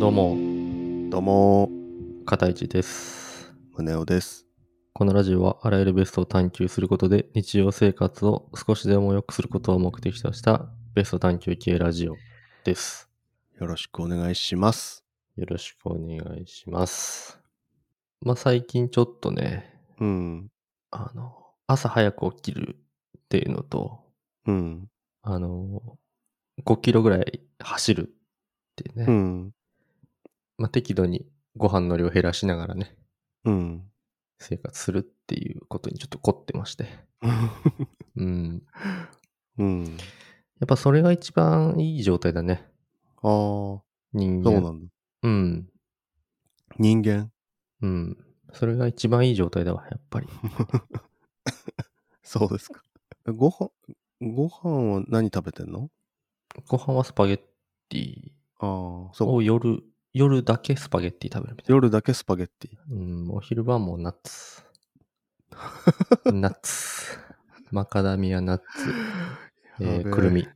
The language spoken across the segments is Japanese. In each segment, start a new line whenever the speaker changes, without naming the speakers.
どうも、
どうも、
片市です。
宗男です。
このラジオはあらゆるベストを探求することで日常生活を少しでも良くすることを目的としたベスト探求系ラジオです。
よろしくお願いします。
よろしくお願いします。まあ最近ちょっとね、
うん、
あの、朝早く起きるっていうのと、
うん、
あの、5キロぐらい走るっていうね、
うん、
まあ適度にご飯の量減らしながらね、
うん。
生活するっていうことにちょっと凝ってまして。うん。
うん。
やっぱそれが一番いい状態だね。
ああ、そ
人
う
間。
なんだ。
うん。
人間。
うん。それが一番いい状態だわ、やっ ぱり。
そうですか。ご飯、ご飯は何食べてんの
ご飯はスパゲッティ
ああ、そう。
を夜、夜だけスパゲッティ食べるみたい
夜だけスパゲッティ。
な。うん。お昼晩もナッツ。 ナッツ。マカダミアナッツ。え
やべ
ー、
え
くるみ。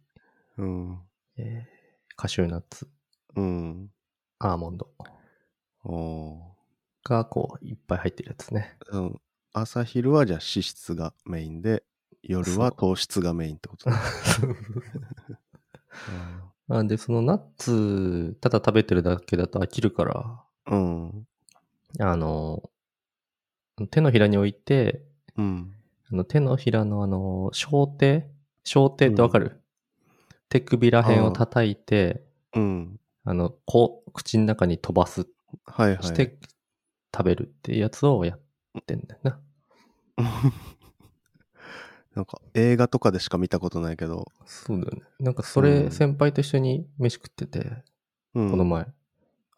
うん、
えーカシューナッツ。
うん。
アーモンド。
あー
が、こう、いっぱい入ってるやつね。
うん朝昼はじゃあ脂質がメインで、夜は糖質がメインっ てことだ。
あで、そのナッツ、ただ食べてるだけだと飽きるから、
うん、
あの、手のひらに置いて、
うん。
あの手のひらのあの、小手小手ってわかる、手首ら辺を叩いて、
うん。
あの、こう、口の中に飛ばす、
はいはい。
して、食べるっていうやつをやってんだよな。
なんか映画とかでしか見たことないけど、
そうだよね。なんかそうれ、
ん
先輩と一緒に飯食ってて、
うん、
この前。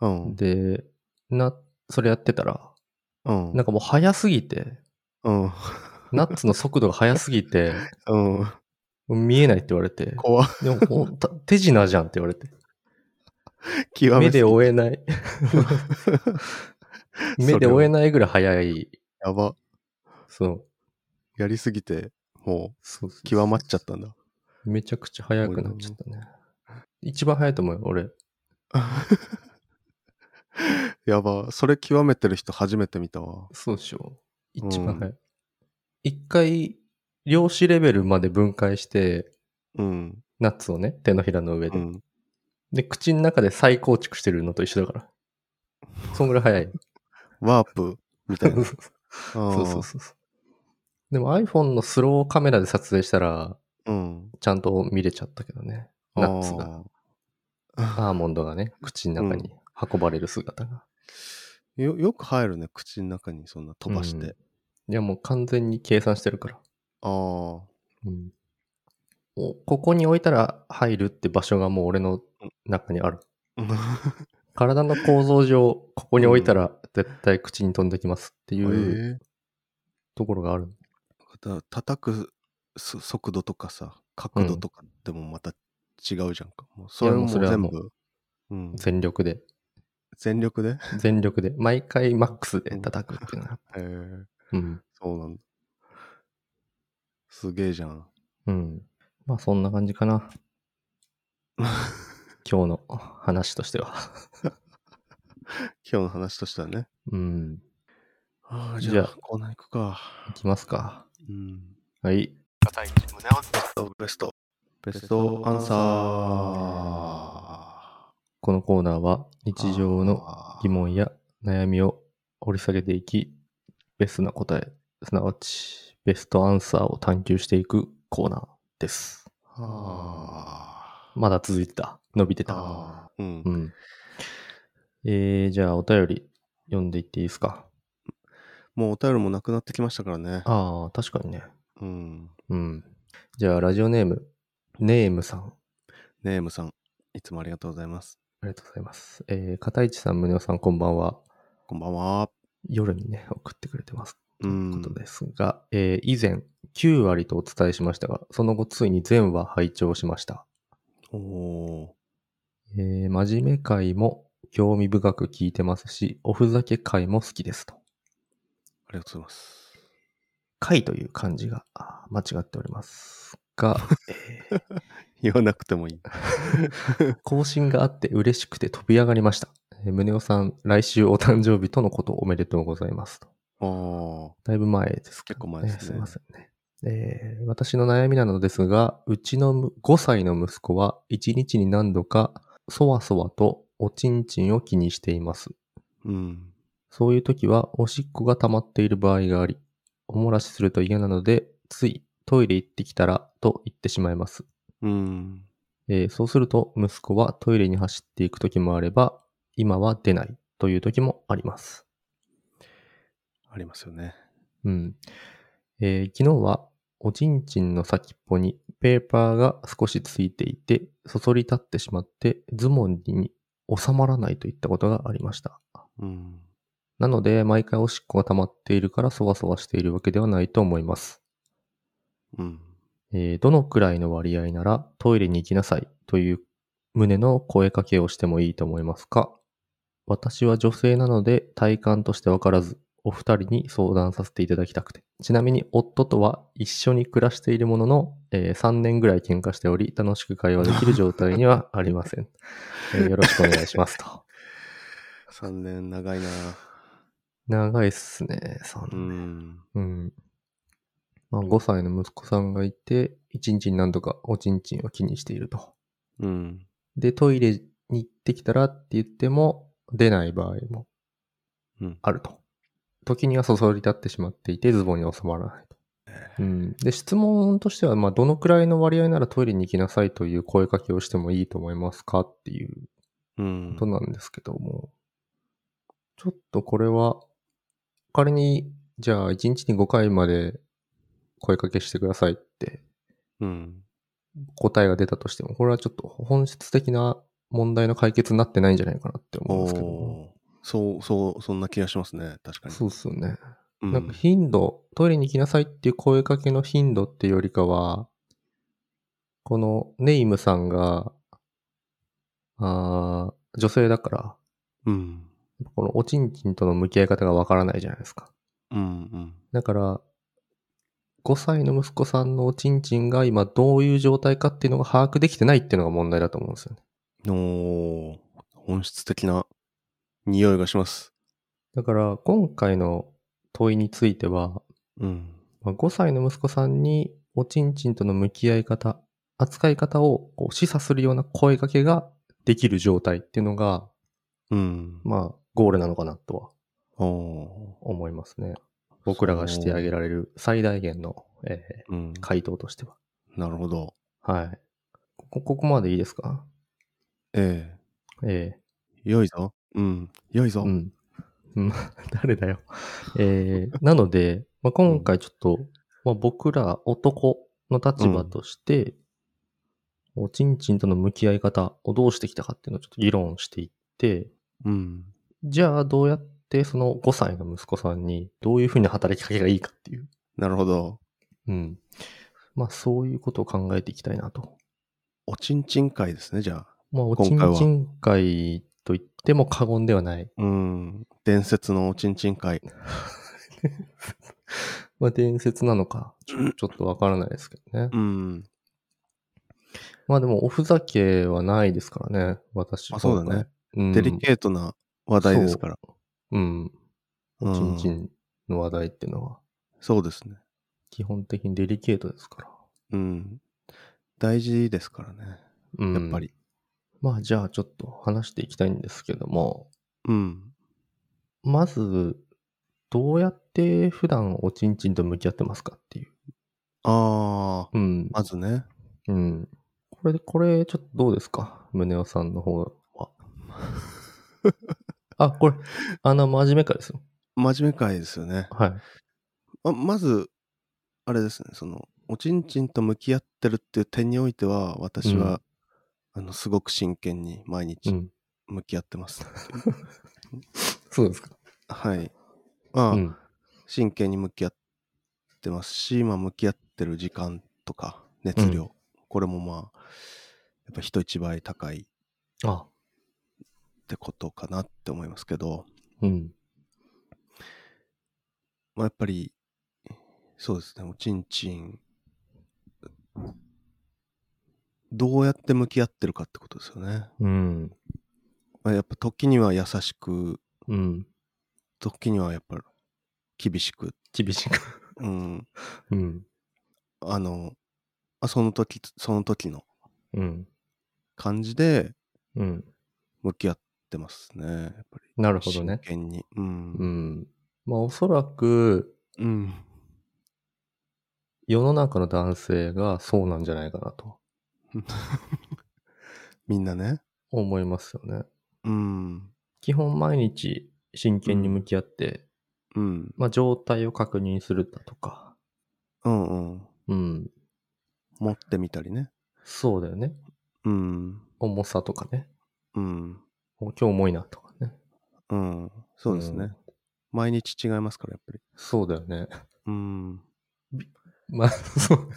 うん、
で、な、それやってたら、
うん、
なんかもう早すぎて、
うん、
ナッツの速度が速すぎ て、
うん、
見えないって言われて、
怖い
でもほんと手品じゃんって言われて。
極
目
めすぎ
で追え ない。目で追えないぐらい早い。
やば。
そう。
やりすぎて、も
そう
う極まっちゃったんだ。
めちゃくちゃ早くなっちゃったね。一番早いと思うよ、俺。
やば。それ極めてる人初めて見たわ。
そうでしょ。一番早い。一、回、量子レベルまで分解して、
うん、
ナッツをね、手のひらの上
う
で。
ん。
で、口の中で再構築してるのと一緒だから。そんぐらい早 い。
ワープみ たいな。そ
そうそうそうそう。でも iPhone のスローカメラで撮影したら、
う。うん。
ちゃんと見れちゃったけどね。ナッツが。
あ
アーモンドがね、口の中に運ばれる姿が。
ー。 よ、よく入るね。口の中にそんな飛ばして。
いや、もう完全に計算してるから。
あ
うんおここに置いたら入るって場所がもう俺の中にある。
あ。
体の構造上、ここに置いたら絶対口に飛んできますって
え
いう
ー
ところがある。
だ叩くす速度とかさ角度とかでもまた違うじゃんか、もうそれ
も
も
うそれは
全
もう
部、うん、
全力で、
全力でへ
全力で、毎回マックスで叩くっていうのは。
え
うん。
そうなんだすげえじゃん
うん。まあそんな感じかな。今日の話としては。
今日の話としてはね
うん。
ああ
じ
じ
ゃあ
ゃあコーナー行くか
いきますか。
うん
はい。
ベストベストアンサー
このコーナーは日常の疑問や悩みを掘り下げていき、ベストな答え、すなわちベストアンサーを探求していくコーナーです。
あ
まだ続いてた。伸びて
ー
た。
あーうん
うん。えー、じゃあお便り読んでいっていいですか。
もうお便りもなくなってきましたからね
ああ、確かにね。
うん
うん。じゃあラジオネーム、ネームさん。
ネームさんいつもありがとうございます
ありがとうございます。えー、片市さん、宗男さん、こんばんは。
こんばんは
夜にね、送ってくれてます。と
う
い
ん
うことですが、えー以前、9割とお伝えしましたが、その後ついに全話拝聴しました。
おお
えー真面目回も興味深く聞いてますし、おふざけ回も好きですと。
ありがとうございます。
回という漢字があー間違っております が、えー
言わなくてもいい。
更新があって嬉しくて飛び上がりました。ええー宗男さん、来週お誕生日とのことおめでとうございますと。
ああ。
だいぶ前ですか、
結構前ですね
すいませんね。えー私の悩みなのですが、うちのむ5歳の息子は1日に何度かそわそわとおちんちんを気にしています。
うん。
そういう時はおしっこが溜まっている場合があり、お漏らしすると嫌なので、ついトイレ行ってきたらと言ってしまいます。
うん。
えーそうすると息子はトイレに走っていく時もあれば、今は出ないという時もあります。
ありますよね。
うん。えー昨日は、おちんちんの先っぽにペーパーが少しついていて、そそり立ってしまって、ズボンに収まらないといったことがありました。
うん。
なので、毎回おしっこが溜まっているから、そわそわしているわけではないと思います。
うん。
えーどのくらいの割合なら、トイレに行きなさいという旨の声かけをしてもいいと思いますか私は女性なので体感としてわからず、お二人に相談させていただきたくて。ちなみに夫とは一緒に暮らしているものの、え3年ぐらい喧嘩しており、楽しく会話できる状態にはありません。えーよろしくお願いしますと。
3年長いな。
長いっすね、3
う
年。
ん。
うん。まあ、5歳の息子さんがいて、1日に何度かおちんちんを気にしていると。
うん。
で、トイレに行ってきたらって言っても、出ない場合も
うん
あると。時にはそそり立ってしまっていて、ズボンに収まらないと。うん、で、質問としては、まあ、どのくらいの割合ならトイレに行きなさいという声かけをしてもいいと思いますかっていう
うん
ことなんですけども、ちょっとこれは、仮に、じゃあ1日に5回まで声かけしてくださいって
うん。
答えが出たとしても、これはちょっと本質的な問題の解決になってないんじゃないかなって思うん
お
ですけども。
お。そう、そう、そんな気がしますね。確かに。
そうっすよね。
うん
なんか頻度、トイレに行きなさいっていう声かけの頻度っていうよりかは、このネイムさんが、あー女性だから、
うん。
このおちんちんとの向き合い方がわからないじゃないですか。
うん。
だから、5歳の息子さんのおちんちんが今どういう状態かっていうのが把握できてないっていうのが問題だと思うんですよね。
うん。おー本質的な匂いがします。
だから、今回の問いについては、
うん。
まあ5歳の息子さんにおちんちんとの向き合い方、扱い方をこう示唆するような声かけができる状態っていうのが、
うん。
まあ、ゴールなのかなとは
おお
思いますね。僕らがしてあげられる最大限の、え
ー。うん
ー。回答としては。
なるほど。
はい。ここここまでいいですか
え
ええ
え良いぞ。うん。良いぞ。
うん。うん、 誰だよ。えー、なので、まあ、今回ちょっと、まあ、僕ら男の立場として、おちんちんとの向き合い方をどうしてきたかっていうのをちょっと議論していって、
うん。
じゃあどうやってその5歳の息子さんにどういうふうな働きかけがいいかっていう、
なるほど。
うん。まあそういうことを考えていきたいなと。
おちんちん会ですね、じゃあ。
まあおち
今回は
んちん会と言っても過言ではない。
うん。伝説のおちんち ん会。
まあ伝説なのか、ちょちょっとわからないですけどね。
うん。
まあでも、おふざけはないですからね、私。
あそうだね
今回。うん、
デリケートな話題ですから。
うん。
うん
ちんちんの話題っていうのは、
そうですね。
基本的にデリケートですから。
うん。大事ですからね。
うん。
やっぱ。り。
まあ、じゃあ、ちょっと話していきたいんですけども、
うん。
まず、どうやって普段おちんちんと向き合ってますかっていう。
ああ、
うん。
まずね。
うん。これ、これ、ちょっとどうですか宗男さんの方 は。あ、これ、あの、真面目かですよ。
真面目会ですよね。
はい。
ままず、あれですね、その、おちんちんと向き合ってるっていう点においては、私は、あの、すごく真剣に毎
う
日
ん。
向き合っ てます。
そうですか。
はい。まあ、
うん。
真剣に向き合ってますし、まあ、向き合ってる時間とか、熱量、これもまあ、やっぱ人一倍高いっ
あ、
てことかなって思いますけど、
うん。
まあ、やっぱり、そうですね、おちんちん、どうやって向き合ってるかってことですよね。
うん。
まあ、やっぱ時には優しく、
うん。
時にはやっぱ厳しく、
厳しく。
うん、
うん。
あの、あその時、その時の
うん。
感じで
うん。
向き合ってますね。やっぱり。
なるほどね。
真剣に。うん。
うん。まあおそらく、
うん。
世の中の男性がそうなんじゃないかなと
みんなね。
思いますよね。
うん。
基本毎日真剣に向き合って、
うん。
まあ状態を確認するだとか、
うんうん。
うん。
持ってみたりね。
そうだよね。
うん。
重さとかね。
うん。
今日重いなとかね。
うん。そうですね。
ん
毎日違いますから、やっぱり。
そうだよね。
うん。
まあ、そう。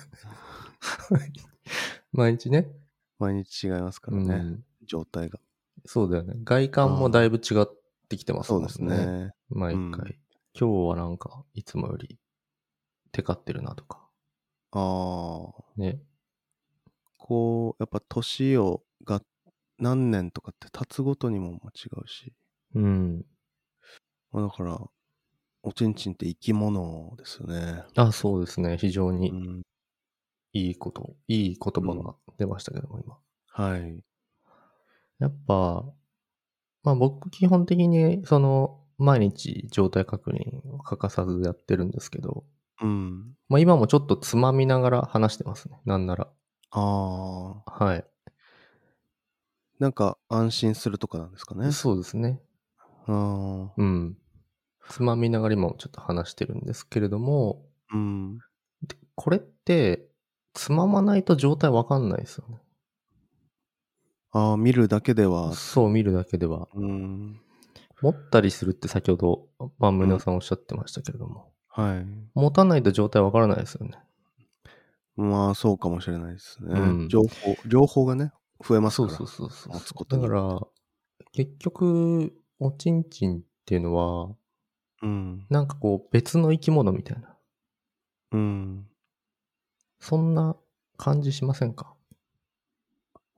毎日ね。
毎日違いますからね。
うん
状態が。
そうだよね。外観もだいぶ違ってきてます
そ
も
うんですね。
毎回。
うん
今日はなんか、いつもより、テカってるなとか。
ああ。
ね。
こう、やっぱ年をが何年とかって経つごとにも違うし、
うん。
まあ、だから、おちんちんって生き物ですよね。
あ、そうですね。非常に
うん、
いいこと、いい言葉が出ましたけども、今。
はい。
やっぱ、まあ僕基本的に、その、毎日状態確認を欠かさずやってるんですけど、
うん。
まあ今もちょっとつまみながら話してますね。なんなら。
ああ、
はい。
なんか安心するとかなんですかね。
そうですね。
ああ、
うん。つまみながら今もちょっと話してるんですけれども、
うん。
これって、つままないと状態わかんないですよね。
ああ、見るだけでは、
そう見るだけでは。
うん。
持ったりするって先ほど、バンムネオさんおっしゃってましたけれども、
はい。
持たないと状態わからないですよね。
まあ、そうかもしれないですね。
うん
情報、両方がね、増えます
そ
か
う
ら。
そうそうそう。
持つことに
だ
よっ
か
て
ら、結局、おちんちんっていうのは、
うん。
なんかこう別の生き物みたいな、
うん。
そんな感じしませんか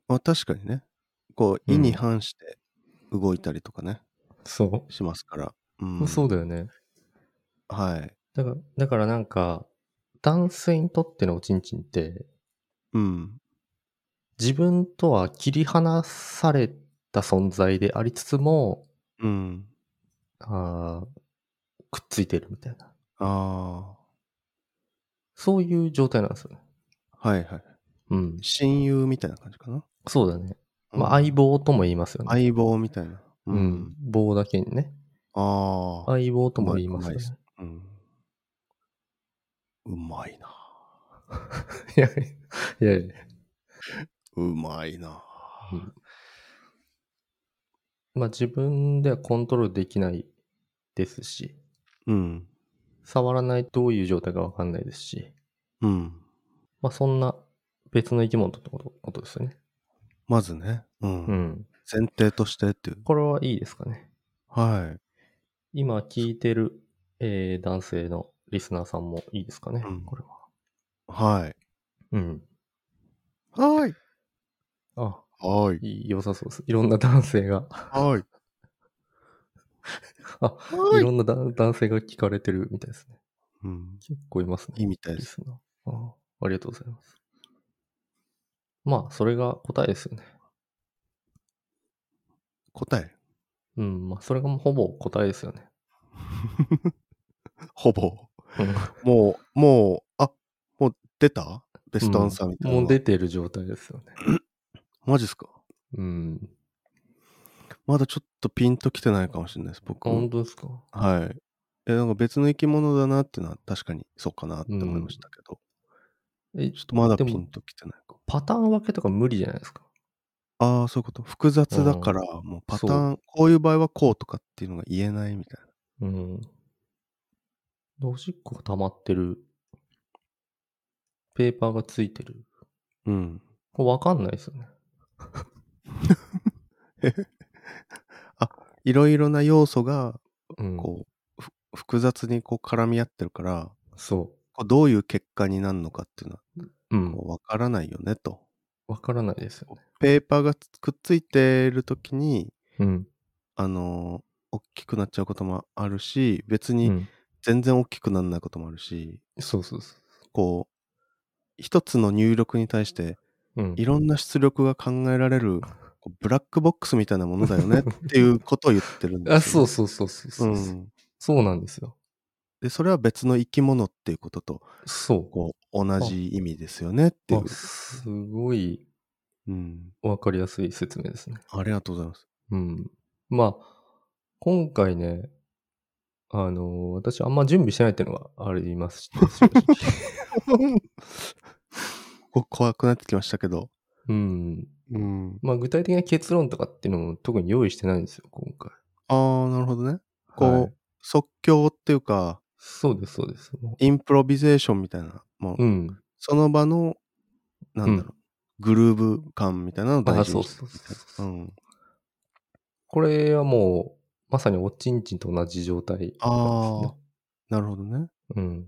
まあ、確かにね、こう、意
うん
に反して動いたりとかね。
そ
しますから。う
う。
ん、
そうだよね。
はい。
だから、だからなんか、男性にとってのおちんちんって、
うん。
自分とは切り離された存在でありつつも、
うん。
あーくっついてるみたいな。
あ
そういう状態なんですよね。
あ。はいはい。
うん。
親友みたいな感じかな。
そうだね。まあ、
うん
相棒とも言いますよね。
相棒みたいな。
うん。。棒だけにね。
ああ。
相棒とも言いますよ
うま
ね
いです。うん。うまいな。
いやいやいやいや。
うまいな。
うんまあ自分ではコントロールできないですし、
うん。
触らないどういう状態かわかんないですし、
うん。
まあそんな別の生き物ってことことですよね。
まずね。うん。
うん。
前提としてっていう。
これはいいですかね。
は
今聞いてる、えー男性のリスナーさんもいいですかね、
うん
これは。
い。はい。
うん。
はい。
あ、
はい。
いい良さそうです。いろんな男性が、
はい。
あ
はいい。
ろんなだ男性が聞かれてるみたいですね。
うん。
結構いますね。
いいみたいで
リ
す。
スナーああありがとうございます。まあ、それが答えですよね。
答え。
うん、まあ、それがもうほぼ答えですよね。
ほぼ。
うん
もう、もう、あ、もう出たベストアンサーみたいなのが、
もう出てる状態ですよね。
マジっすか
うん。
まだちょっとピンときてないかもしれないです、僕。
本当ですか
はい。え、なんか別の生き物だなっていうのは確かにそうかなって思いましたけど、
え、
ちょっとまだ
で
ピ
も
ンときてないか。
パターン分けとか無理じゃないですか。
ああ、そういうこと。複雑だから、もうパターン、こういう場合はこうとかっていうのが言えないみたいな。
うん。でおしっこが溜まってる。ペーパーがついてる。
うん。
これ分かんないですよね。
いろいろな要素が、
うん。
こう、ふ複雑にこう絡み合ってるから、
そ
こうどういう結果になるのかっていうのは
う。うん
こ。うわからないよねと。
分からないですよね。
ペーパーがつくっついてるときに、
うん。
あの大きくなっちゃうこともあるし別
う
に
ん。
全然大きくならないこともあるし、
そうそうそ
こう一つの入力に対して
う。うん。
いろんな出力が考えられるこうブラックボックスみたいなものだよ ねっていうことを言ってるんですよ、
あ、そうそうそうそうそうう、
ん、
そうなんですよ。
でそれは別の生き物っていうことと
そう。
こう同じ意味ですよねっていう
あ、すごい
うん、
わかりやすい説明ですね。
ありがとうござ います。
うん。まあ、今回ね、あの私あんま準備してないっていうのがありますし、正 直
こ怖くなってきましたけど。
うん。
うん、
まあ、具体的な結論とかっていうのも特に用意してないんですよ、今回。
ああなるほどね。こう、
はい
即興っていうか
そうです、そうです。
インプロビゼーションみたいなも
う
う
ん。
その場のなんだろう、グルーヴ感みたいなのを大
あ、
事
そう
にして
そうそうそうう。
ん、
これはもう、まさにおちんちんと同じ状態って感じですね。
なるほどね。
うん。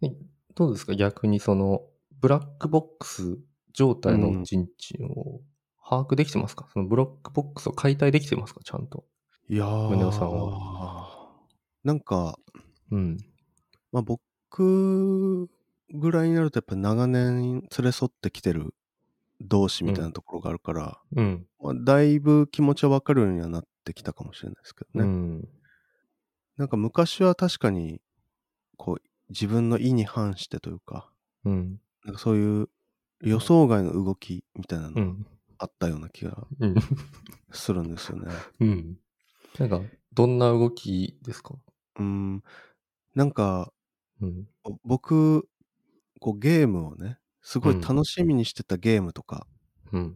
でどうですか逆にその、ブラックボックス状態のおちんちんを把握できてますか、そのブラックボックスを解体できてますかちゃんと。
いやー
宗男さん
なんか、
うん。
まあ、僕ぐらいになるとやっぱ長年連れ添ってきてる同士みたいなところがあるから、
うん。
まあ、だいぶ気持ちは分かるようにはなってきたかもしれないですけど
う
ね。
ん。
なんか昔は確かにこう自分の意に反してというか
うん。
なんかそういう予想外の動きみたいなの
う
が
ん。
あったような気が
うん。
するんですよね。
うん。なんか、どんな動きですか
うん、なんか
うん。
お僕こうゲームをねすごい楽しみにしてたゲームとか
うん。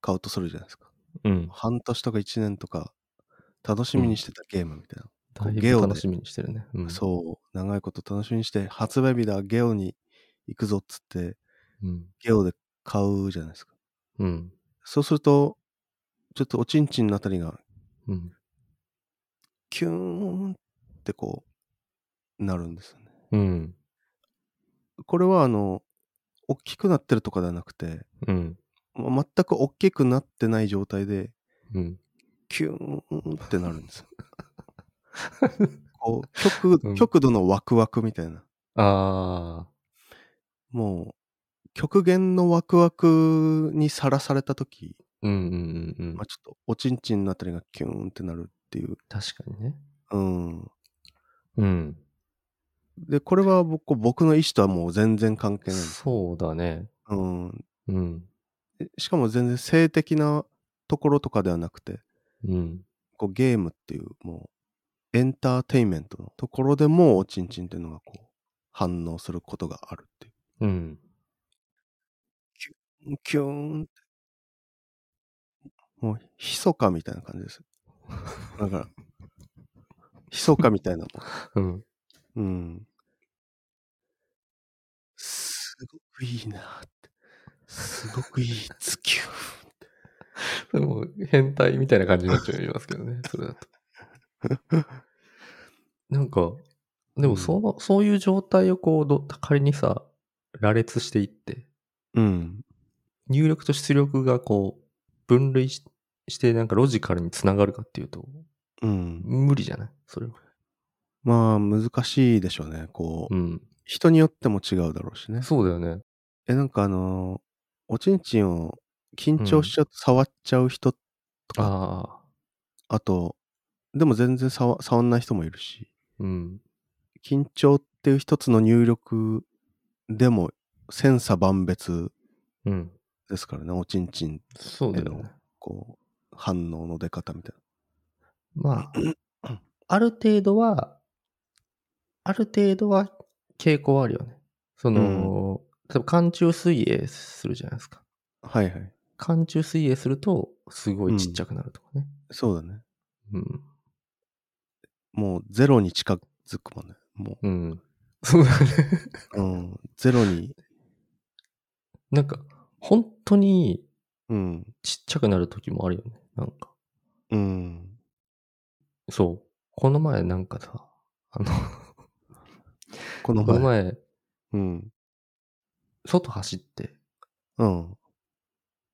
買うとするじゃないですか、
うん。
半年とか1年とか楽しみにしてたゲームみたいな、
だいぶ
ゲオで
楽しみにしてるね。うん。
そう長いこと楽しみにして発売日だゲオに行くぞっつって
うん。
ゲオで買うじゃないですか
うん。
そうするとちょっとおちんちんのあたりが
うん。
キューンってこうなるんですよね
うん。
これはあの大きくなってるとかではなくて
うん。
ま全く大きくなってない状態で
うん。
キューンってなるんです よ。こう極
うん
極度のワクワクみたいな、
あ
もう極限のワクワクにさらされた時、
ー。うんうんうんうん
まあ、。ちょっとおちんちんのあたりがキューンってなるっていう、
確かにね。
うん、
うん。
でこれは僕僕の意思とはもう全然関係ない、
そうだね。
うん、
うん。
でしかも全然性的なところとかではなくて
うん。
こうゲームっていうもうエンターテインメントのところでもおちんちんっていうのがこう反応することがあるっていう
うん。
キューンって。もう、ひそかみたいな感じです。だから、ひそかみたいなも
うん。
ん。うん。すごくいいなって。すごくいい、ツキューン。
でも、変態みたいな感じになっちゃいますけ どね、それだと。なんか、でもその、そういう状態をこうど、仮にさ、羅列していって、
うん。
入力と出力がこう、分類しして、なんかロジカルにつながるかっていうと、
うん。
無理じゃないそれは。
まあ、難しいでしょうね。こう、
うん。
人によっても違うだろうしね。
そうだよね。
え、なんかあのーおちんちんを緊張しちゃうと触っちゃう人とか、
ああ。
あと、でも全然触触んない人もいるし。
うん。
緊張っていう一つの入力でも千差万別
うん。
ですからねおちんちん
そうだよね。
こう反応の出方みたい
まあ、ある程度は、ある程度は傾向はあるよね。その、例えば寒中水泳するじゃないですか。
なはいはい
寒中水泳すると、すごいちっちゃくなるとかね。
そうだね
うん。
もうゼロに近づくもんねも
うん。そうだ ね。
う、うん、ゼロに
なんか、本当に
うん
ちっちゃくなる時もあるよね。なんか。
うん
そう。この前なんかさ、あの、
この
こ
前
の前、
うん
外走って、
うん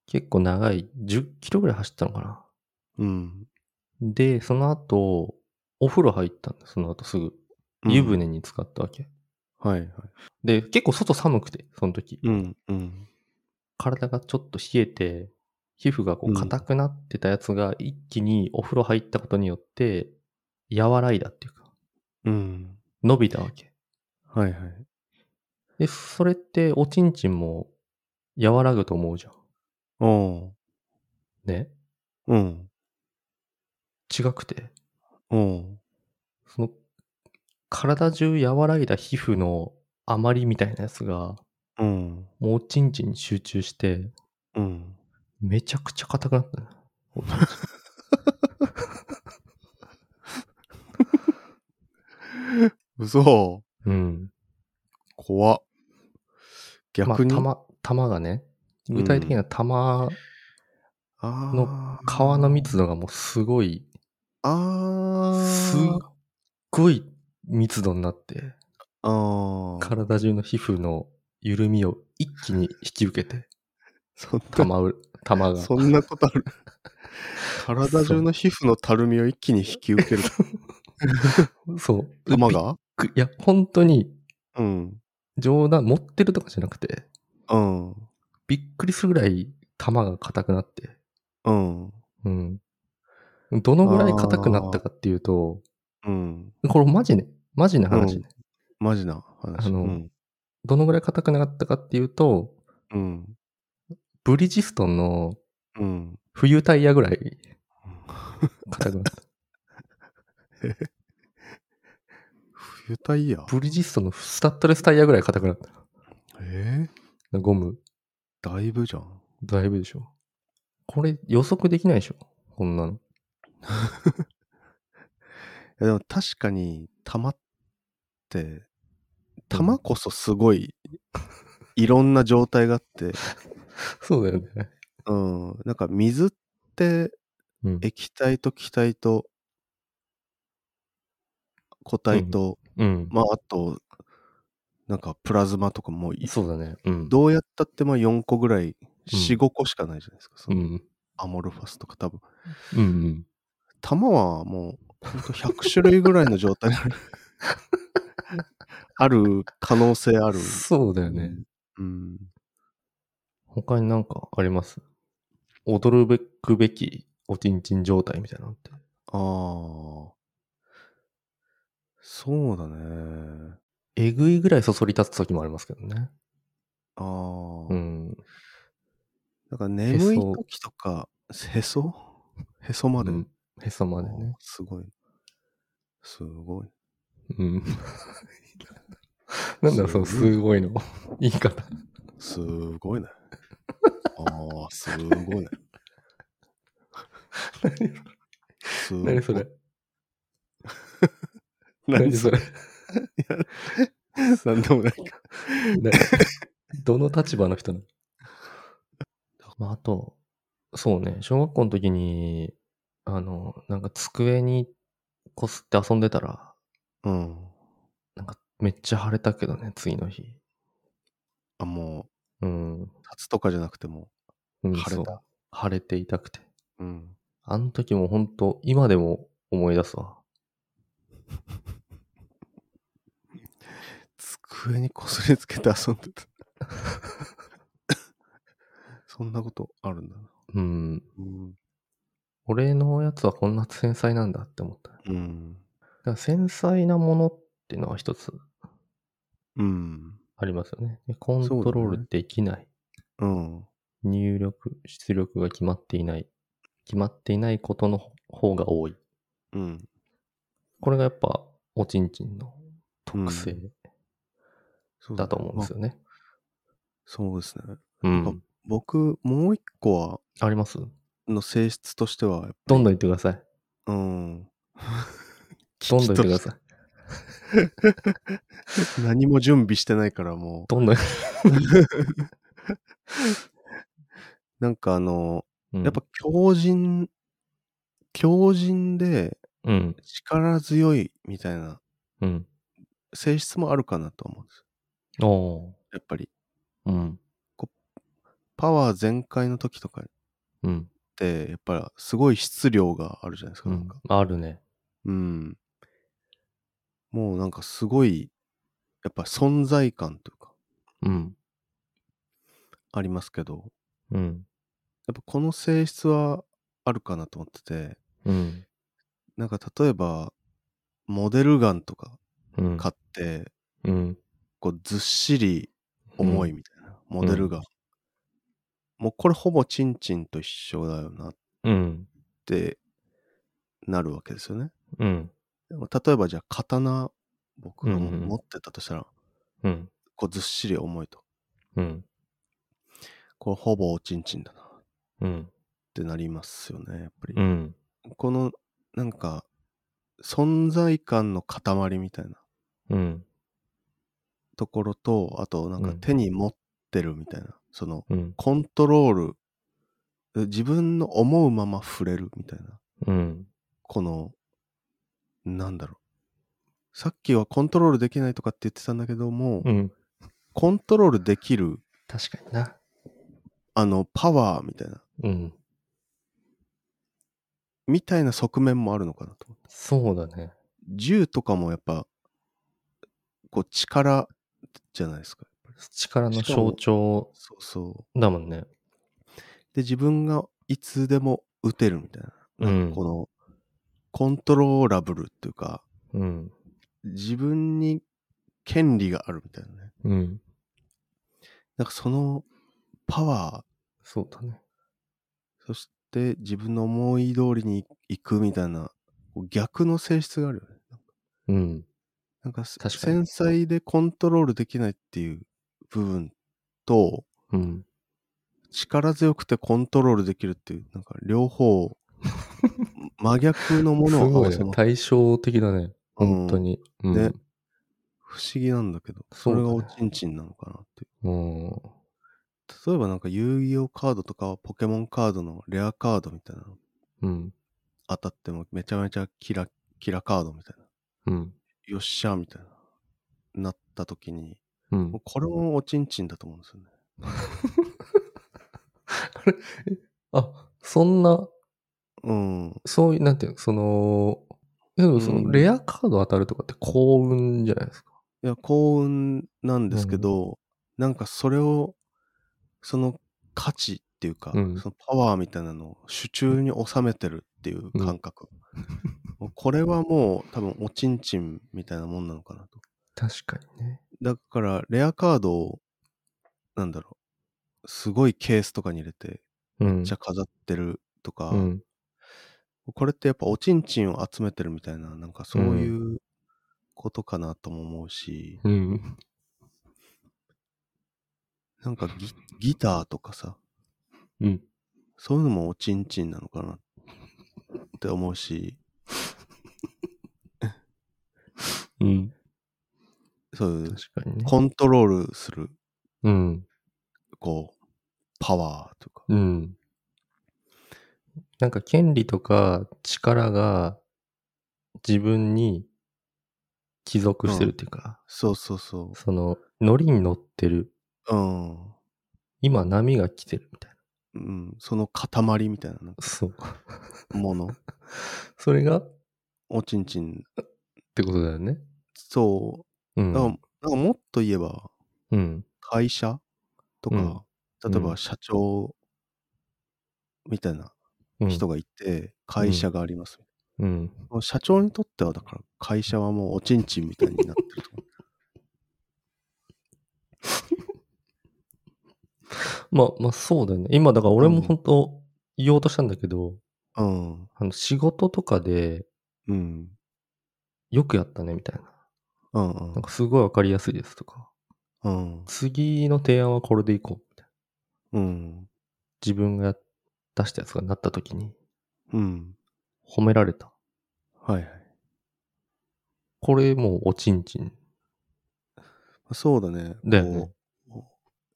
結構長い、10キロぐらい走ったのかな。
うん。
で、その後、お風呂入ったんだ、その後すぐ。
うん
湯。船に浸かったわけ。
はいはい。
で、結構外寒くて、その時。
うんうん。
体がちょっと冷えて、皮膚がこ
う
うん硬くなってたやつが一気にお風呂入ったことによって、和らいだっていうか、
うん。
伸びたわけ。
はいはい。
で、それっておちんちんも和らぐと思うじゃん。
お
ね。
ううん。
違くて。
おう
その、体中和らいだ皮膚の余りみたいなやつが、
うん。
もうおちんちんに集中して、
うん。
めちゃくちゃ硬くなったね。おちんちん
嘘
うん。
怖っ逆に、
まあ、玉、玉がね、具体的には玉、
あー
の皮の密度がもうすごい、
あー
すっごい密度になって、
あー
体中の皮膚の緩みを一気に引き受けて、
そんな
玉う、 玉が。
そんなことある 体中の皮膚のたるみを一気に引き受ける
そう。
玉 が
びっくいや、本当に
うん。
冗談、持ってるとかじゃなくて、
うん。
びっくりするぐらい玉が硬くなって、
うん。
うん。どのぐらい硬くなったかっていうと、
うん。
これマジね、マジな話ね。
マジな話。
あの
うん。
どのぐらい硬くなったかっていうと、
うん。
ブリヂストンの
うん。
冬タイヤぐらい硬くなった。
冬タイヤ
ブリヂストンのスタッドレスタイヤぐらい硬くなっ
えー
た。ゴム、
だいぶじゃん。
だいぶでしょ。これ予測できないでしょこんなの。
いやでも確かに玉って玉こそすごいいろんな状態があって、
そうだよね。
うん、なんか水って
うん。
液体と気体と固体と、
うん。
まああとなんかプラズマとかもい
そうだね。うん。
どうやったってまあ4個ぐらい
うん
45個しかないじゃないですか、そ
うんう
の
ん。
アモルファスとか多分
うんうん。
玉はもうほんと100種類ぐらいの状態が ある可能性ある。
そうだよね。
うん。
他になんかあります驚るべくべきおちんちん状態みたいなのって。
ああ。そうだね。
えぐいぐらいそそり立つ時もありますけどね。
ああ。
うん。
なんか眠い時とか、へそ へそまで。
うんへそまでね。
すごい。すごい。
うん。 なんだろうそのすごいの。言い方。
すごいね。ああ、すごいね。すご い
何そ れ
何そ
そ
れ
れ
何で もないか。
ねどの立場の人なのまあ、あと、そうね、小学校の時に、あの、なんか机にこすって遊んでたら、
うん。
なんかめっちゃ腫れたけどね、次の日。
あ、も
うん。
う、立つとかじゃなくても、
うん
腫れ。
そう
た。
腫れて痛くて。
うん。
あの時も本当今でも思い出すわ。
机にこすりつけて遊んでた。 そんなことあるんだな。
うん。
うん。
俺のやつはこんな繊細なんだって思った。だか
うん。
ら繊細なものっていうのは一つ
うん。
ありますよね。でコントロールできない。
うん。
入力、出力が決まっていない。決まっていないことの方が多い。
うん。
これがやっぱ、おちんちんの特性
そう
だと思うんです
よ。
よね。
そうですね。
うん。
まあ僕、もう一個は、
あります
の性質としては、
どんどん言ってください。
うん。
どんどん言ってください。
何も準備してないからも
どんどん。
う、なんかあの、
うん
やっぱ、強靭、強靭で
うん。
力強いみたいな
うん。
性質もあるかなと思うんです。
お
やっぱり、
ー。うん。
パワー全開の時とかっ
うん。
って、やっぱりすごい質量があるじゃないですか。
う
なんんか、
あるね。
うん。もうなんかすごい、やっぱ存在感というか、
うん。
ありますけど、
うん。
やっぱこの性質はあるかなと思ってて、
うん。
なんか例えば、モデルガンとか
うん。
買って、
うん。
こうずっしり重いみたいな、モデルガン。もうこれほぼチンチンと一緒だよなっ
うん。
てなるわけですよね。
うん。
でも例えばじゃあ刀、僕が
うんうん
持ってたとしたら、
うん。
こうずっしり重いと。
うん。
これほぼおちんちんだなっ
うん。
てなりますよね、やっぱり。
うん。
この、なんか、存在感の塊みたいな
うん。
ところと、あと、なんか
うん
手に持ってるみたいな、その、
うん。
コントロール、自分の思うまま触れるみたいな、
うん。
この、なんだろう。さっきはコントロールできないとかって言ってたんだけども、
うん。
コントロールできる、
確かにな。
あの、パワーみたいな、
うん。
みたいな側面もあるのかなと思って。
そうだね。
銃とかもやっぱ、こう力じゃないですか。
力の象徴
そうそう。
だもんね。
で、自分がいつでも撃てるみたいな。
うん
なんかこの、コントローラブルっていうか、
うん。
自分に権利があるみたいなね。
うん。
なんかそのパワ
そうだね。
ー、そして自分の思い通りに行くみたいな、こう逆の性質があるよね。
うん。
なんか
確かに
繊細でコントロールできないっていう部分と、
うん。
力強くてコントロールできるっていう、なんか 両方、真逆のも
す
のを合
ご
わ
い
せ
ね。
ます。
対照的だね。
うん
本当に。うん。
ね不思議なんだけど、それが
そう
お
だね
ちんちんなのかなってい
うん。
う。例えばなんか遊戯王カードとかはポケモンカードのレアカードみたいなの
うん。
当たってもめちゃめちゃキラ、キラカードみたいな。
うん。
よっしゃーみたいな。なった時に、
うん
もう。これもおちんちんだと思うんですよね。
あ、そんな、
うん。
そういう、なんていうの、その、でもそ
うん
のレアカード当たるとかって幸運じゃないですか。
いや、幸運なんですけど、なんかそれを、その価値っていうか、
うん
そのパワーみたいなのを手中に収めてるっていう感覚。もうこれはもう多分おちんちんみたいなもんなのかなと。
確かにね。
だから、レアカードを、なんだろう、すごいケースとかに入れて、
うん。
じゃあ飾ってるとか、
うん。
これってやっぱおちんちんを集めてるみたいな、なんかそういうことかなとも思うし、
うん。
なんかギギターとかさ、
うん。
そういうのもおちんちんなのかなって思うし、
うん。
そういう
確かにね。
コントロールする、
うん。
こう、パワーとか。
うん。なんか権利とか力が自分に帰属してるっていうか、
そうそうそ
その、乗りに乗ってる。
う。うん。
今波が来てるみたい
うん、その塊みたいななんか
な。そう。
もの。
それがっ
おちんちん。
てことだよね。
そうう。だから
ん。
なんかもっと言えば、
うん。
会社とか、
うん
例え
う
ば
ん
社長みたいな
うん
人がいて、会社があります。
うん。
もう社長にとっては、だから会社はもうおちんちんみたいになってると思う。
まあ、まあそうだよね。今、だから俺
う
も
ん
本当言おうとしたんだけど、
うん。
あの、仕事とかで
うん。
よくやったねみたいな。
うん
なんかすごいわかりやすいですとか。
うん。
次の提案はこれでいこうみたいな。
うん。
自分が出したやつがなった時に
うん。
褒められた。
はいはい。
これもうおちんちん。
そうだね。
だよね
こう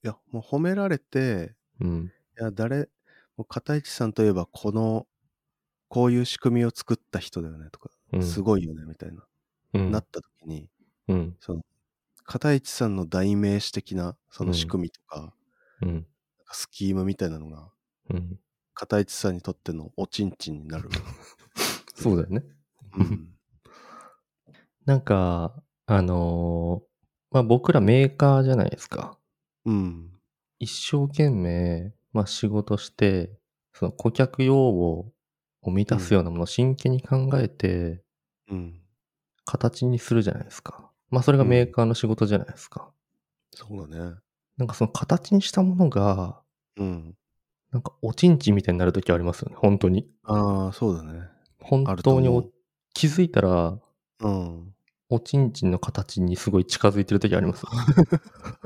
いや、もう褒められて、
うん。
いや、誰、もう片市さんといえば、この、こういう仕組みを作った人だよねとか、
うん。
すごいよね、みたいな、
うん
なった時に、
うん。
その、片市さんの代名詞的な、その仕組みとか、
うん。
なんかスキームみたいなのが、
うん。
片市さんにとってのおちんちんに なる。
そうだよね。
うん。
なんか、あのーまあ、僕らメーカーじゃないですか。
うん。
一生懸命、まあ、仕事して、その顧客要望を満たすようなものを真剣に考えて、
うん。
形にするじゃないですか。まあ、それがメーカーの仕事じゃないですか。
そうだね。
なんかその形にしたものが、
うん。
なんかおちんちんみたいになるときありますよね。本当に。
ああ、そうだね。
本
あると
当に
思
お
う。
気づいたら、
うん。
おちんちんの形にすごい近づいてるときあります。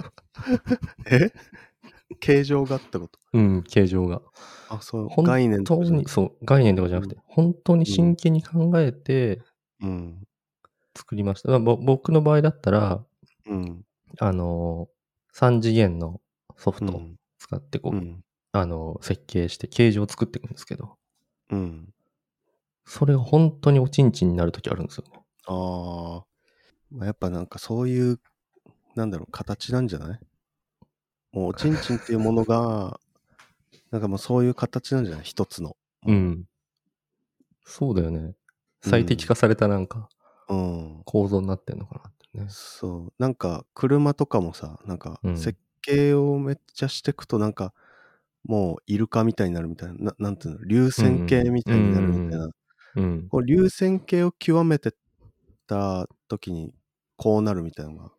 え形状がってこと
うん、形状が。
あ、そう、
本
概念
当
とかじゃな
に、
く
そう、概念とかじゃなくて、本当に真剣に考えて
うん。
作りました。まあぼ僕の場合だったら、
うん。
あのー、3次元のソフ
う
トを
ん。
使ってこ
う
う、
ん。
あのー、設計して形状を作っていくんですけど、
うん。
それが本当におちんちんになるときあるんですよね。
ああ。まあ、やっぱなんかそういう、なんだろう、形なんじゃないもう、おちんちんっていうものが、 なんかもうそういう形なんじゃない一つの。
うん。そうだよね。最適化されたなんか
うん。
構造になってんのかなってね。
そう。なんか、車とかもさ、なんか
う、ん
設計をめっちゃしていくと、なんか、もう、イルカみたいになるみたいな、ななんていうの、流線形みたいになるみたいな。
うん。
こう流線形を極めてった時にこうなるみたいなのが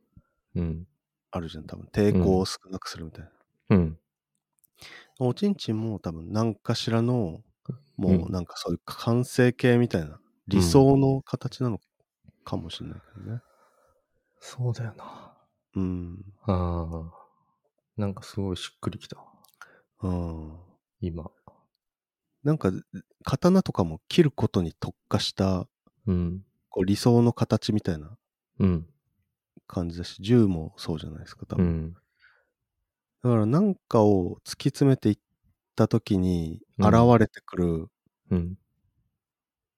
うん。
あるじゃん多分抵抗を少なくするみたいな、
うん。
おちんちんも多分何かしらの
う
も
ん
うなんかそういう完成形みたいな理想の形なのかもしれないけどね
そうだよな。
うん
ああ。なんかすごいしっくりきた。
うん
今。
なんか刀とかも切ることに特化した
うん。
こう理想の形みたいな
うん。
感じだし銃もそうじゃないですか
う
多分、
ん。
だから何かを突き詰めていった時に
うん
現れてくる
うん。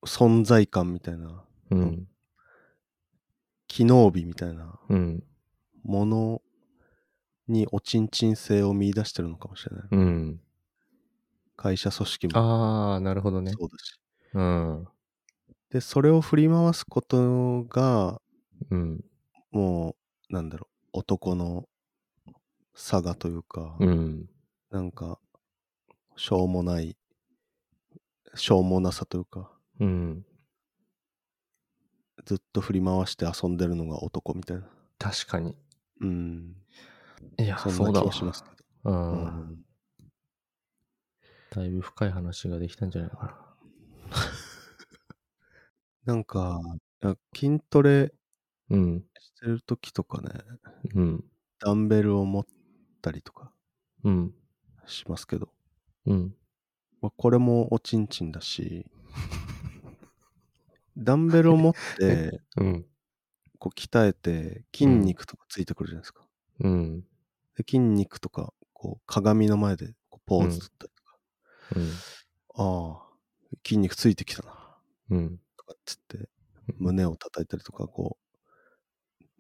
存在感みたいな、
うん。
機能美みたいな
うん。
ものにおちんちん性を見出してるのかもしれない。
うん。
会社組織も
ああ、なるほどね。
そうだし。
うん。
で、それを振り回すことが、
うん。
もう、なんだろう、男の差がというか、
うん。
なんか、しょうもない、しょうもなさというか、
うん。
ずっと振り回して遊んでるのが男みたいな。
確かに。
うん。
いや、
そ
そ
ん
うだ
な気
わ
が。しますけど。
う。
うんん、
だいぶ深い話ができたんじゃないかな。
なんか、いや筋トレ
うん。
してる時とかね、
うん。
ダンベルを持ったりとか
うん。
しますけど、
うん。
まあこれもおちんちん だし、ダンベルを持って、
うん。
こう鍛えて筋肉とかついてくるじゃないですか。
うん。
で筋肉とか、こう鏡の前でこうポーズ取ったりとか、
うん。
ああ、筋肉ついてきたな、
うん。
とかっつって、胸を叩いたりとか、こう、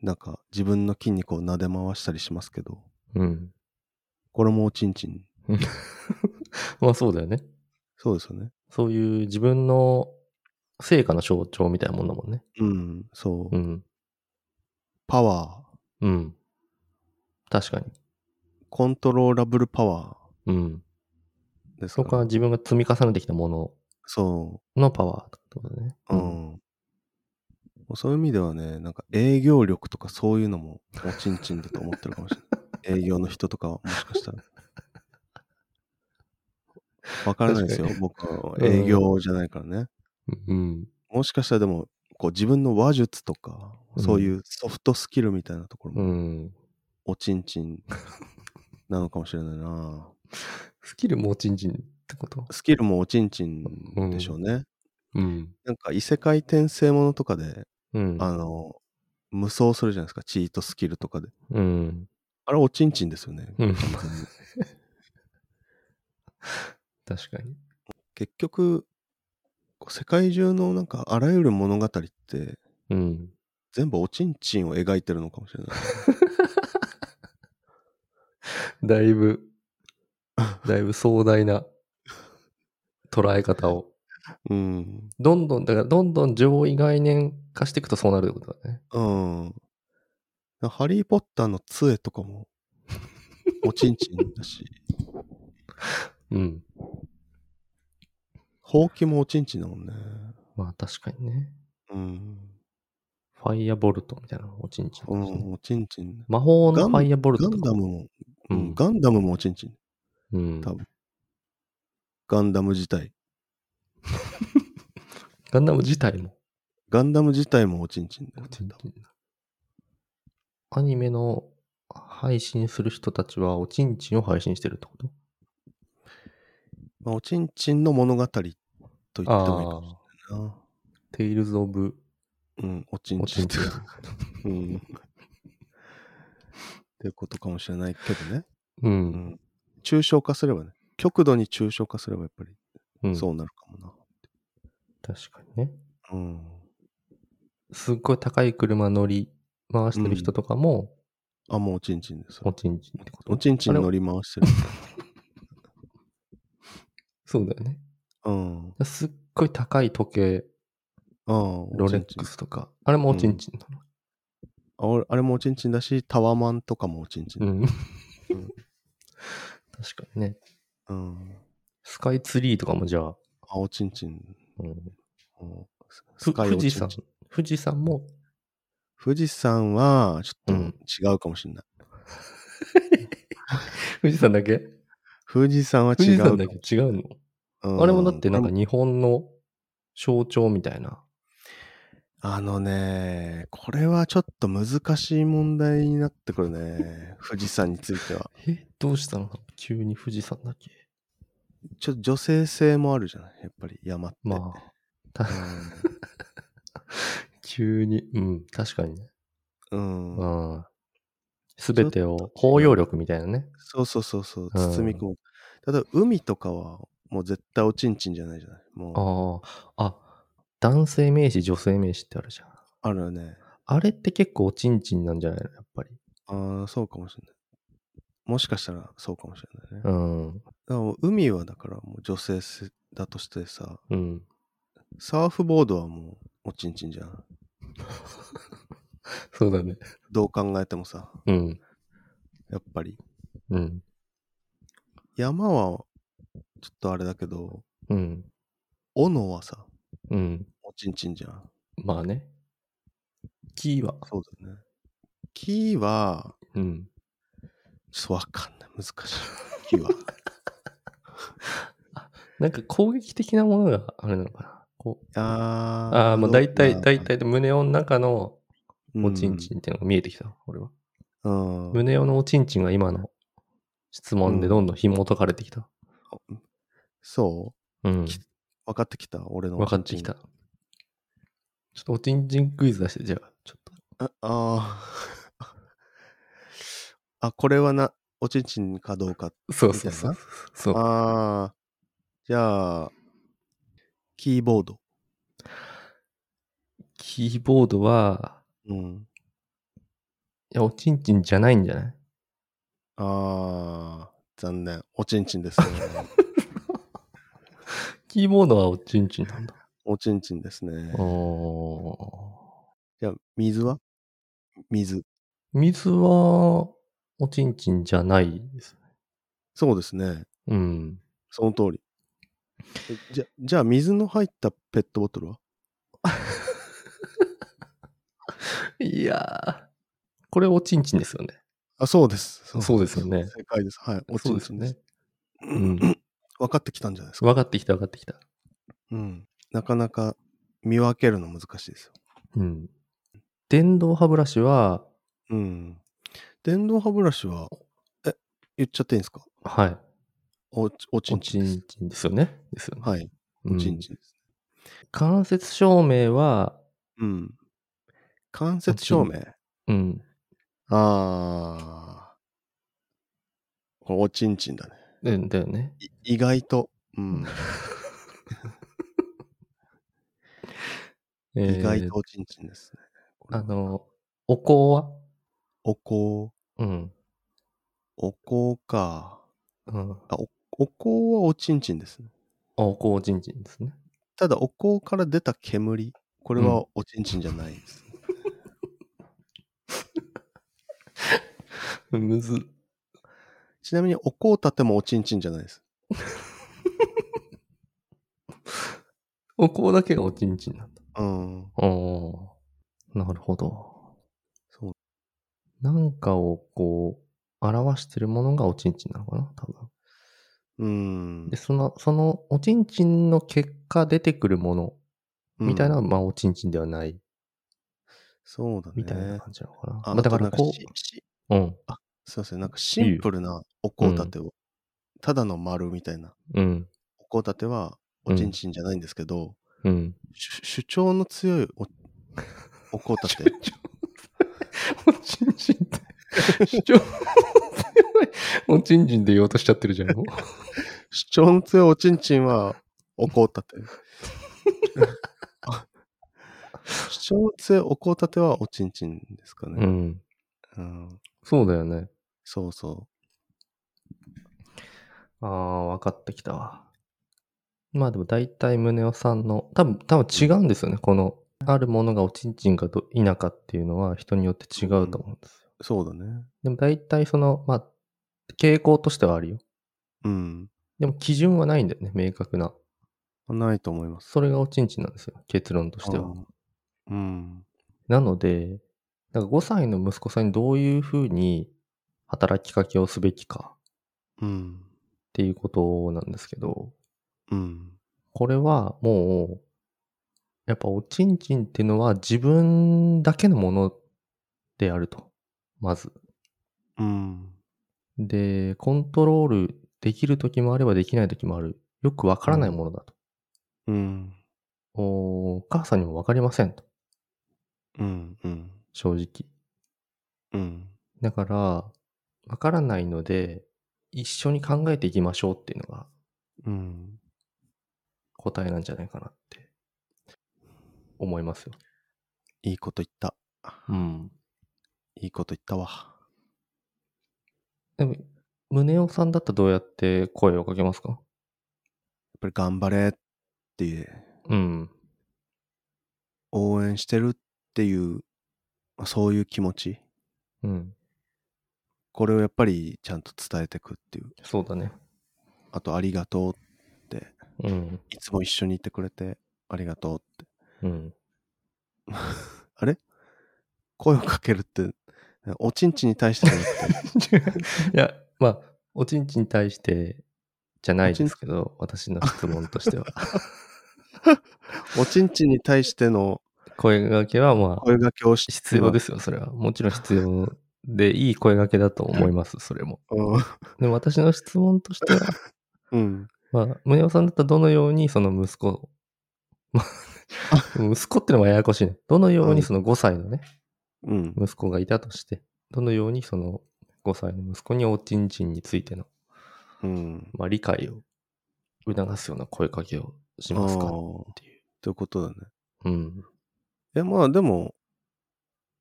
なんか自分の筋肉を撫で回したりしますけど、
うん。
これもおちんちん。
まあそうだよね。
そうですよね。
そういう自分の成果の象徴みたいなもんだもんね。
うん、そう。
うん。
パワー、
うん。確かに。
コントローラブルパワ
うん。
ーです
そこ
かね
から自分が積み重ねてきたもの
そ
のパワーってことだね。
う。うん。もうそういう意味ではね、なんか営業力とかそういうのもおちんちんだと思ってるかもし れない。営業の人とかはもしかしたら。わからないですよ。僕は
うん
営業じゃないからね。
うん。
もしかしたらでも、こう自分の話術とか、
うん
そういうソフトスキルみたいなところ
う
も、
ん。
おちんちんなのかもしれないな。
スキルもちんちんってこと
スキルもおちんちんでしょうね。
うん。
なんか異世界転生ものとかで、
うん。
あの、無双するじゃないですか、チートスキルとかで。
うん。
あれ、おちんちんですよね。
うん。
完全に
確かに。
結局、こう世界中のなんかあらゆる物語って、
うん。
全部おちんちんを描いてるのかもしれない。
だいぶ、だいぶ壮大な捉え方を。
うん。
どんどん、だからどんどん上位概念化していくとそうなるってことだね。
うん。ハリー・ポッターの杖とかも、おちんちんだし、
うん。
ほうきもおちんちんだもんね。
まあ確かにね。
うん。
ファイアボルトみたいなのおちんちん
う
だしね、
ん、おちんちん。
魔法のファイアボル
ガ
トと
ンダ
か。
ムも、
う
うんん、ガンダムもおちんちん。
うん
多分ガンダム自体。
ガンダム自体も。
ガンダム自体もおちんちんだよね。多分
アニメの配信する人たちはおちんちんを配信してるってこと
まあ、おちんちんの物語と言ってもいいか
あ
も
あ。
しれないな。
テイルズ・オブ・
うん、おちん
お
ち
ち
ん
ん
っ
ち
て
ん。
うん。っていうことかもしれないけどね。
う。
うんん。抽象化すればね。極度に抽象化すればやっぱり
うん。
そうなるかもな。
確かにね。
うん。
すっごい高い車乗り回してる人とかも、
あ、もうおちんちんです。
おちんちんってこと
おちんちん乗り回してる。
そうだよね。
うん。あ
すっごい高い時計、
あ、
ロ
おち
レ
ん
ッ
ちん
ク。スとか。あれもおちんちんなの。
あ俺あれもおちんちんだし、タワマンとかもおちんちん。
うん。確かにね。
うん。
スカイツリーとかもじゃあ、
あ、おちんちん。
うん、
うん
ふ
スカイお
富
ちん
士
ちん
山。富士山も、
富士山は、ち
う
ょっ
ん
と違うかもしれない。
富士山だけ
富士山は
富
違
士
うかも。
山だけ違うの、
うん
あれもだってなんか日本の象徴みたいな。
あのね、これはちょっと難しい問題になってく るね。富士山については。
え、どうしたの急に富士山だけ。
ちょっと女性性もあるじゃないやっぱり山って。
まあ、た
あ。
急に、うん、確かにね。
うん。
う
うん、
ん。すべてを包容力みたいなね。
そうそうそうそう。
うん
包み込む。ただ、海とかは、もう絶対おちんちんじゃないじゃないもう、
ああ、あ、男性名詞、女性名詞ってあるじゃん。
あるよね。
あれって結構おちんちんなんじゃないのやっぱり。
ああ、そうかもしれない。もしかしたらそうかもしれないね。
う
だ
ん。
からもう海はだからもう女性性だとしてさ、
うん。
サーフボードはもうおちんちんじゃん。
そうだね。
どう考えてもさ、
うん。
やっぱり。
うん。
山はちょっとあれだけど、
うん。
斧はさ、
うん。
おちんちんじゃん。
まあね。キーは。
そうだよね。木は、
うん。
ちょっとわかんない。難しい。木 は。
なんか攻撃的なものがあるのかな。こう
あー
ああ、もう大体、
どうかな
大体で胸の中のおちんちんっていうのが見えてきた、俺は。
うん。うん
胸のおちんちんが今の質問でどんどん紐解かれてきた。
そ
うん。
きう分かってきた俺の
分
おち
か
ん
っ
ち
て
ん。
きた。ちょっとおちんちんクイズ出して、じゃあ、ちょっと。
ああー あ、これはな、おちんちんかどうか。
そうそうそうそう。そう
ああ。じゃあ、キーボード。
キーボードは、
うん。
いや、おちんちんじゃないんじゃない
ああ、残念。おちんちんですね。
キーボードはおちんちんなんだ。
おちんちんですね。
おー
じゃあ、水は水。
水は、おちんちんじゃないです。
そうですね。
うん。
その通り。えじゃ、じゃあ、水の入ったペットボトルはい
やー、これおちんちんですよね。
あ、そうです。そ
そうですよね
正解です。はい。おちんちんです。。
うん。
分かってきたんじゃないですか。
分かってきた分かってきた。
うん。なかなか見分けるの難しいですよ。
うん。電動歯ブラシは、
うん。電動歯ブラシは、え、言っちゃっていいんですか
はい。
おおち
お
んち
ち
んです。
んちんですよね。ですよね。
はい。
う
お
ん
ちんちんです。
関節照明は、
うん。関節照明。
うん。
あー。これおちんちんだね。
だだよね。
い意外と。 うん。
えー
意外とおちんちんですね。
あの、お香
お香、
はうん。
お香か。
うん。
あおお香はおちんちんですね。
あ、おこうちんちんですね。
ただ、お香から出た煙、これはおちんちんじゃないです。
むずっ。
ちなみに、お香立てもおちんちんじゃないです。
おこうだけがおちんちんなんだ。
うん。
ああ、なるほど。
そう。
なんかをこう、表してるものがおちんちんなのかな多分。
うん
で、。その、その、おちんちんの結果出てくるものみたいな、
うん
まあ、おちんちんではない、
そうだね。
みたいな感じなのかな。
あ
まあ、だか
あとな
ら、
んか
こ
しし
う、うん、
すいません、なんかシンプルなお香立てを、ただの丸みたいな
うん、
お香立てはおちんちんじゃないんですけど、
うん。
主主張の強いおお香 立て。
おちんちんって、主張強いおちんちんで言おうとしちゃってるじゃん。もう
主張の強いおちんちんはお香立て。 主張の強いお香立てはおちんちんです か
う
ね。
ん。
うん
そうだよね。
そうそ
ああ、分かってきたわ。まあでも大体宗男さんの、多分、多分違うんですよね。この、あるものがおちんちんかど否かっていうのは人によって違うと思うんですよ。
う。そうだね。
でも大体その、まあ、傾向としてはあるよ。
うん。
でも基準はないんだよね、明確な。
ないと思います。
それがおちんちんなんですよ、結論としては。
うん。
なので、なんか5歳の息子さんにどういうふうに働きかけをすべきかっ
うん。
ていうことなんですけど、
うん。
これはもう、やっぱおちんちんっていうのは自分だけのものであると。まず。
うん。
で、コントロールできる時もあればできない時もある。よくわからないものだと。
うん。
おお母さんにもわかりませんと。
うん。うん。
正直。
うん。
だから、わからないので、一緒に考えていきましょうっていうのが
うん。
答えなんじゃないかなって思いますよ。
いいこと言った。
うん。
いいこと言ったわ。
でも、宗男さんだったらどうやって声をかけますか
やっぱり頑張れっていう、
うん。
応援してるっていう、まあそういう気持ち。
うん。
これをやっぱりちゃんと伝えてくっていう。
そうだね。
あと、ありがとうって。
うん。
いつも一緒にいてくれて、ありがとうって。
うん。
あれ声をかけるって、おちんちんに対してじゃな くて
いや、まあ、おちんちんに対してじゃないですけど、私の質問としては。
おちんちんに対しての
声がけはまあ、
声掛けをし。
必要ですすよ、それは。もちろん必要で、いい声がけだと思います、それも。でも私の質問としては、
うん。
まあ、宗男さんだったらどのようにその息子 を、まあ、息子ってのはややこしいね。どのようにその5歳のね、
うん。
息子がいたとして、どのようにその5歳の息子におちんちんについての、
うん。
まあ、理解を促すような声かけをしますか
あ
っ
ー
ていう。
ということだね。
うん。
え、まあでも、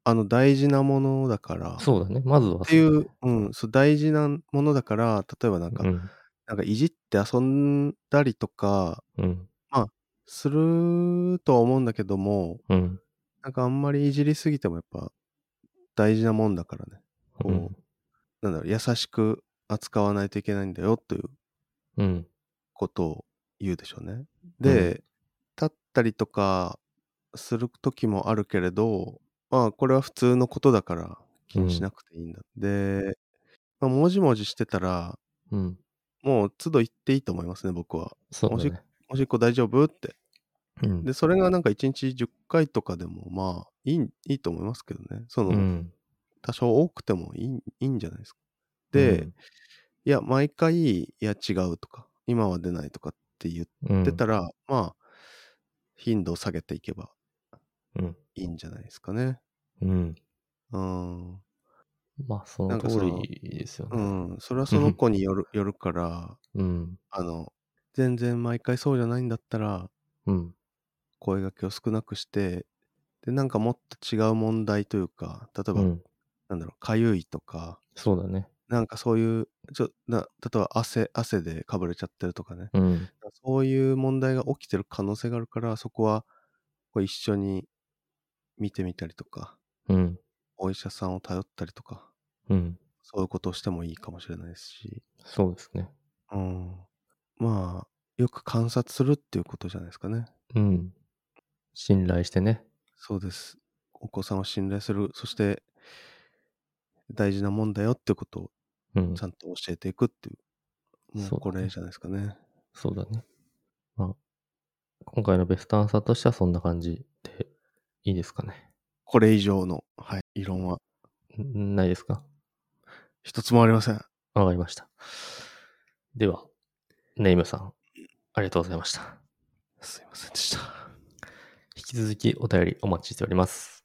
あの、大事なものだから、っ
そうだね。まずは
てい、
そう
うん、そう、大事なものだから、例えばなん
う
か、
だね。
なんかいじって遊んだりとか、
うん。うん。
するとは思うんだけども、
うん。
なんかあんまりいじりすぎてもやっぱ、大事なもんだからね、こう、
うん
なんだろう、優しく扱わないといけないんだよ、という
うん。
ことを言うでしょうね。で、立ったりとかする時もあるけれど、まあこれは普通のことだから気にしなくていいんだ。で、まあ、もじもじしてたら、
うん。
もう都度言っていいと思いますね、僕は。
そうだね。
おしっこ大丈夫って。
うん
で、それがなんか1日10回とかでも、まあいい、いいと思いますけどね。その、
うん。
多少多くてもいいいいんじゃないですか。で、いや、毎回、いや、違うとか、今は出ないとかって言っ
うん、
ってたら、まあ、頻度を下げていけば
うん。
いいんじゃないですかね。
うん。
うん。
まあ、その
なんか
通
その
りですよ
う
ね。
ん。それはその子によるよるから、
うん。
あの、全然毎回そうじゃないんだったら、
うん。
声掛けを少なくして、で、なんかもっと違う問題というか、例えば、
うん。
なんだろう、かゆいとか、
そうだね。
なんかそういう、ちょな例えば汗、汗でかぶれちゃってるとかね。
うん。
そういう問題が起きてる可能性があるから、そこはこう一緒に見てみたりとか、
うん。
お医者さんを頼ったりとか、
うん。
そういうことをしてもいいかもしれないですし、
そうですね。
うん、まあ、よく観察するっていうことじゃないですかね。
うん。信頼してね。
そうです。お子さんを信頼する、そして大事なもんだよっていうことを
うん
ち。ゃんと教えていくっていう、も
そうう
こ
だね
れじゃないですかね。
そうだね。まあ、今回のベストアンサーとしてはそんな感じでいいですかね。
これ以上の、はい、異論は
んないですか
一つもありません。
わかりました。では、ネイムさん、ありがとうございました。
すいませんでした。
引き続きお便りお待ちしております。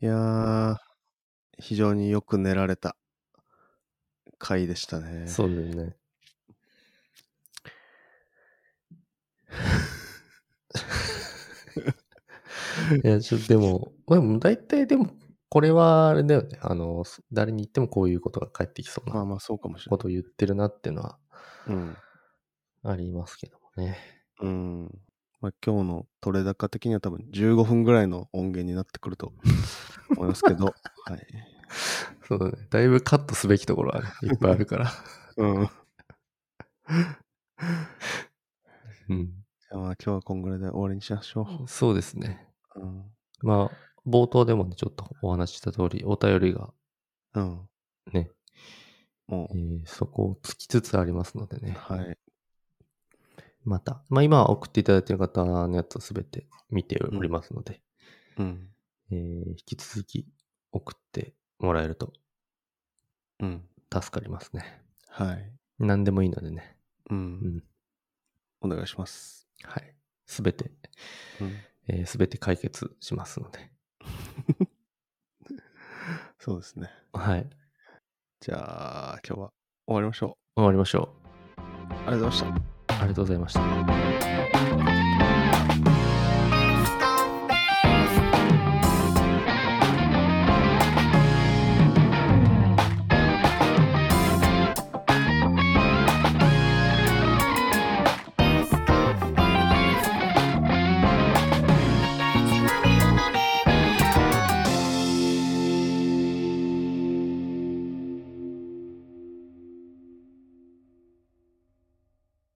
いやー、非常によく練られた回でしたね。
そうですね。いや、ちょっとでも、まあ、でも大体でも、これはあれだよね。あの、誰に言ってもこういうことが返ってきそう
まあ
な
まあ、そうかもしれ
ことを言ってるなっていうのは
ない。うん。
ありますけどもね。
うん。まあ、今日の取れ高的には多分15分ぐらいの音源になってくると思います けど、はい。
そうだね。だいぶカットすべきところはね、いっぱいあるから。
うん。じ
うん。
ゃあまあ、今日はこんぐらいで終わりにしましょ
そうですね。
う。うん。
まあ、冒頭でもね、ちょっとお話しした通り、お便りが
うん。
ね、
も
えーそこをつきつつありますので
う、
ね。
はい。
また、まあ今送っていただいている方のやつをすべて見ておりますので、
うん。
えー引き続き送ってもらえると
うん。
助かりますね。
はい。
何でもいいのでね。
う。
うんん。
お願いします。
はい。すべて、
うん。
えー、すべて解決しますので。
そうですね。
はい。
じゃあ、今日は終わりましょ
終わりましょう。
う。ありがとうございました。
ありがとうございました。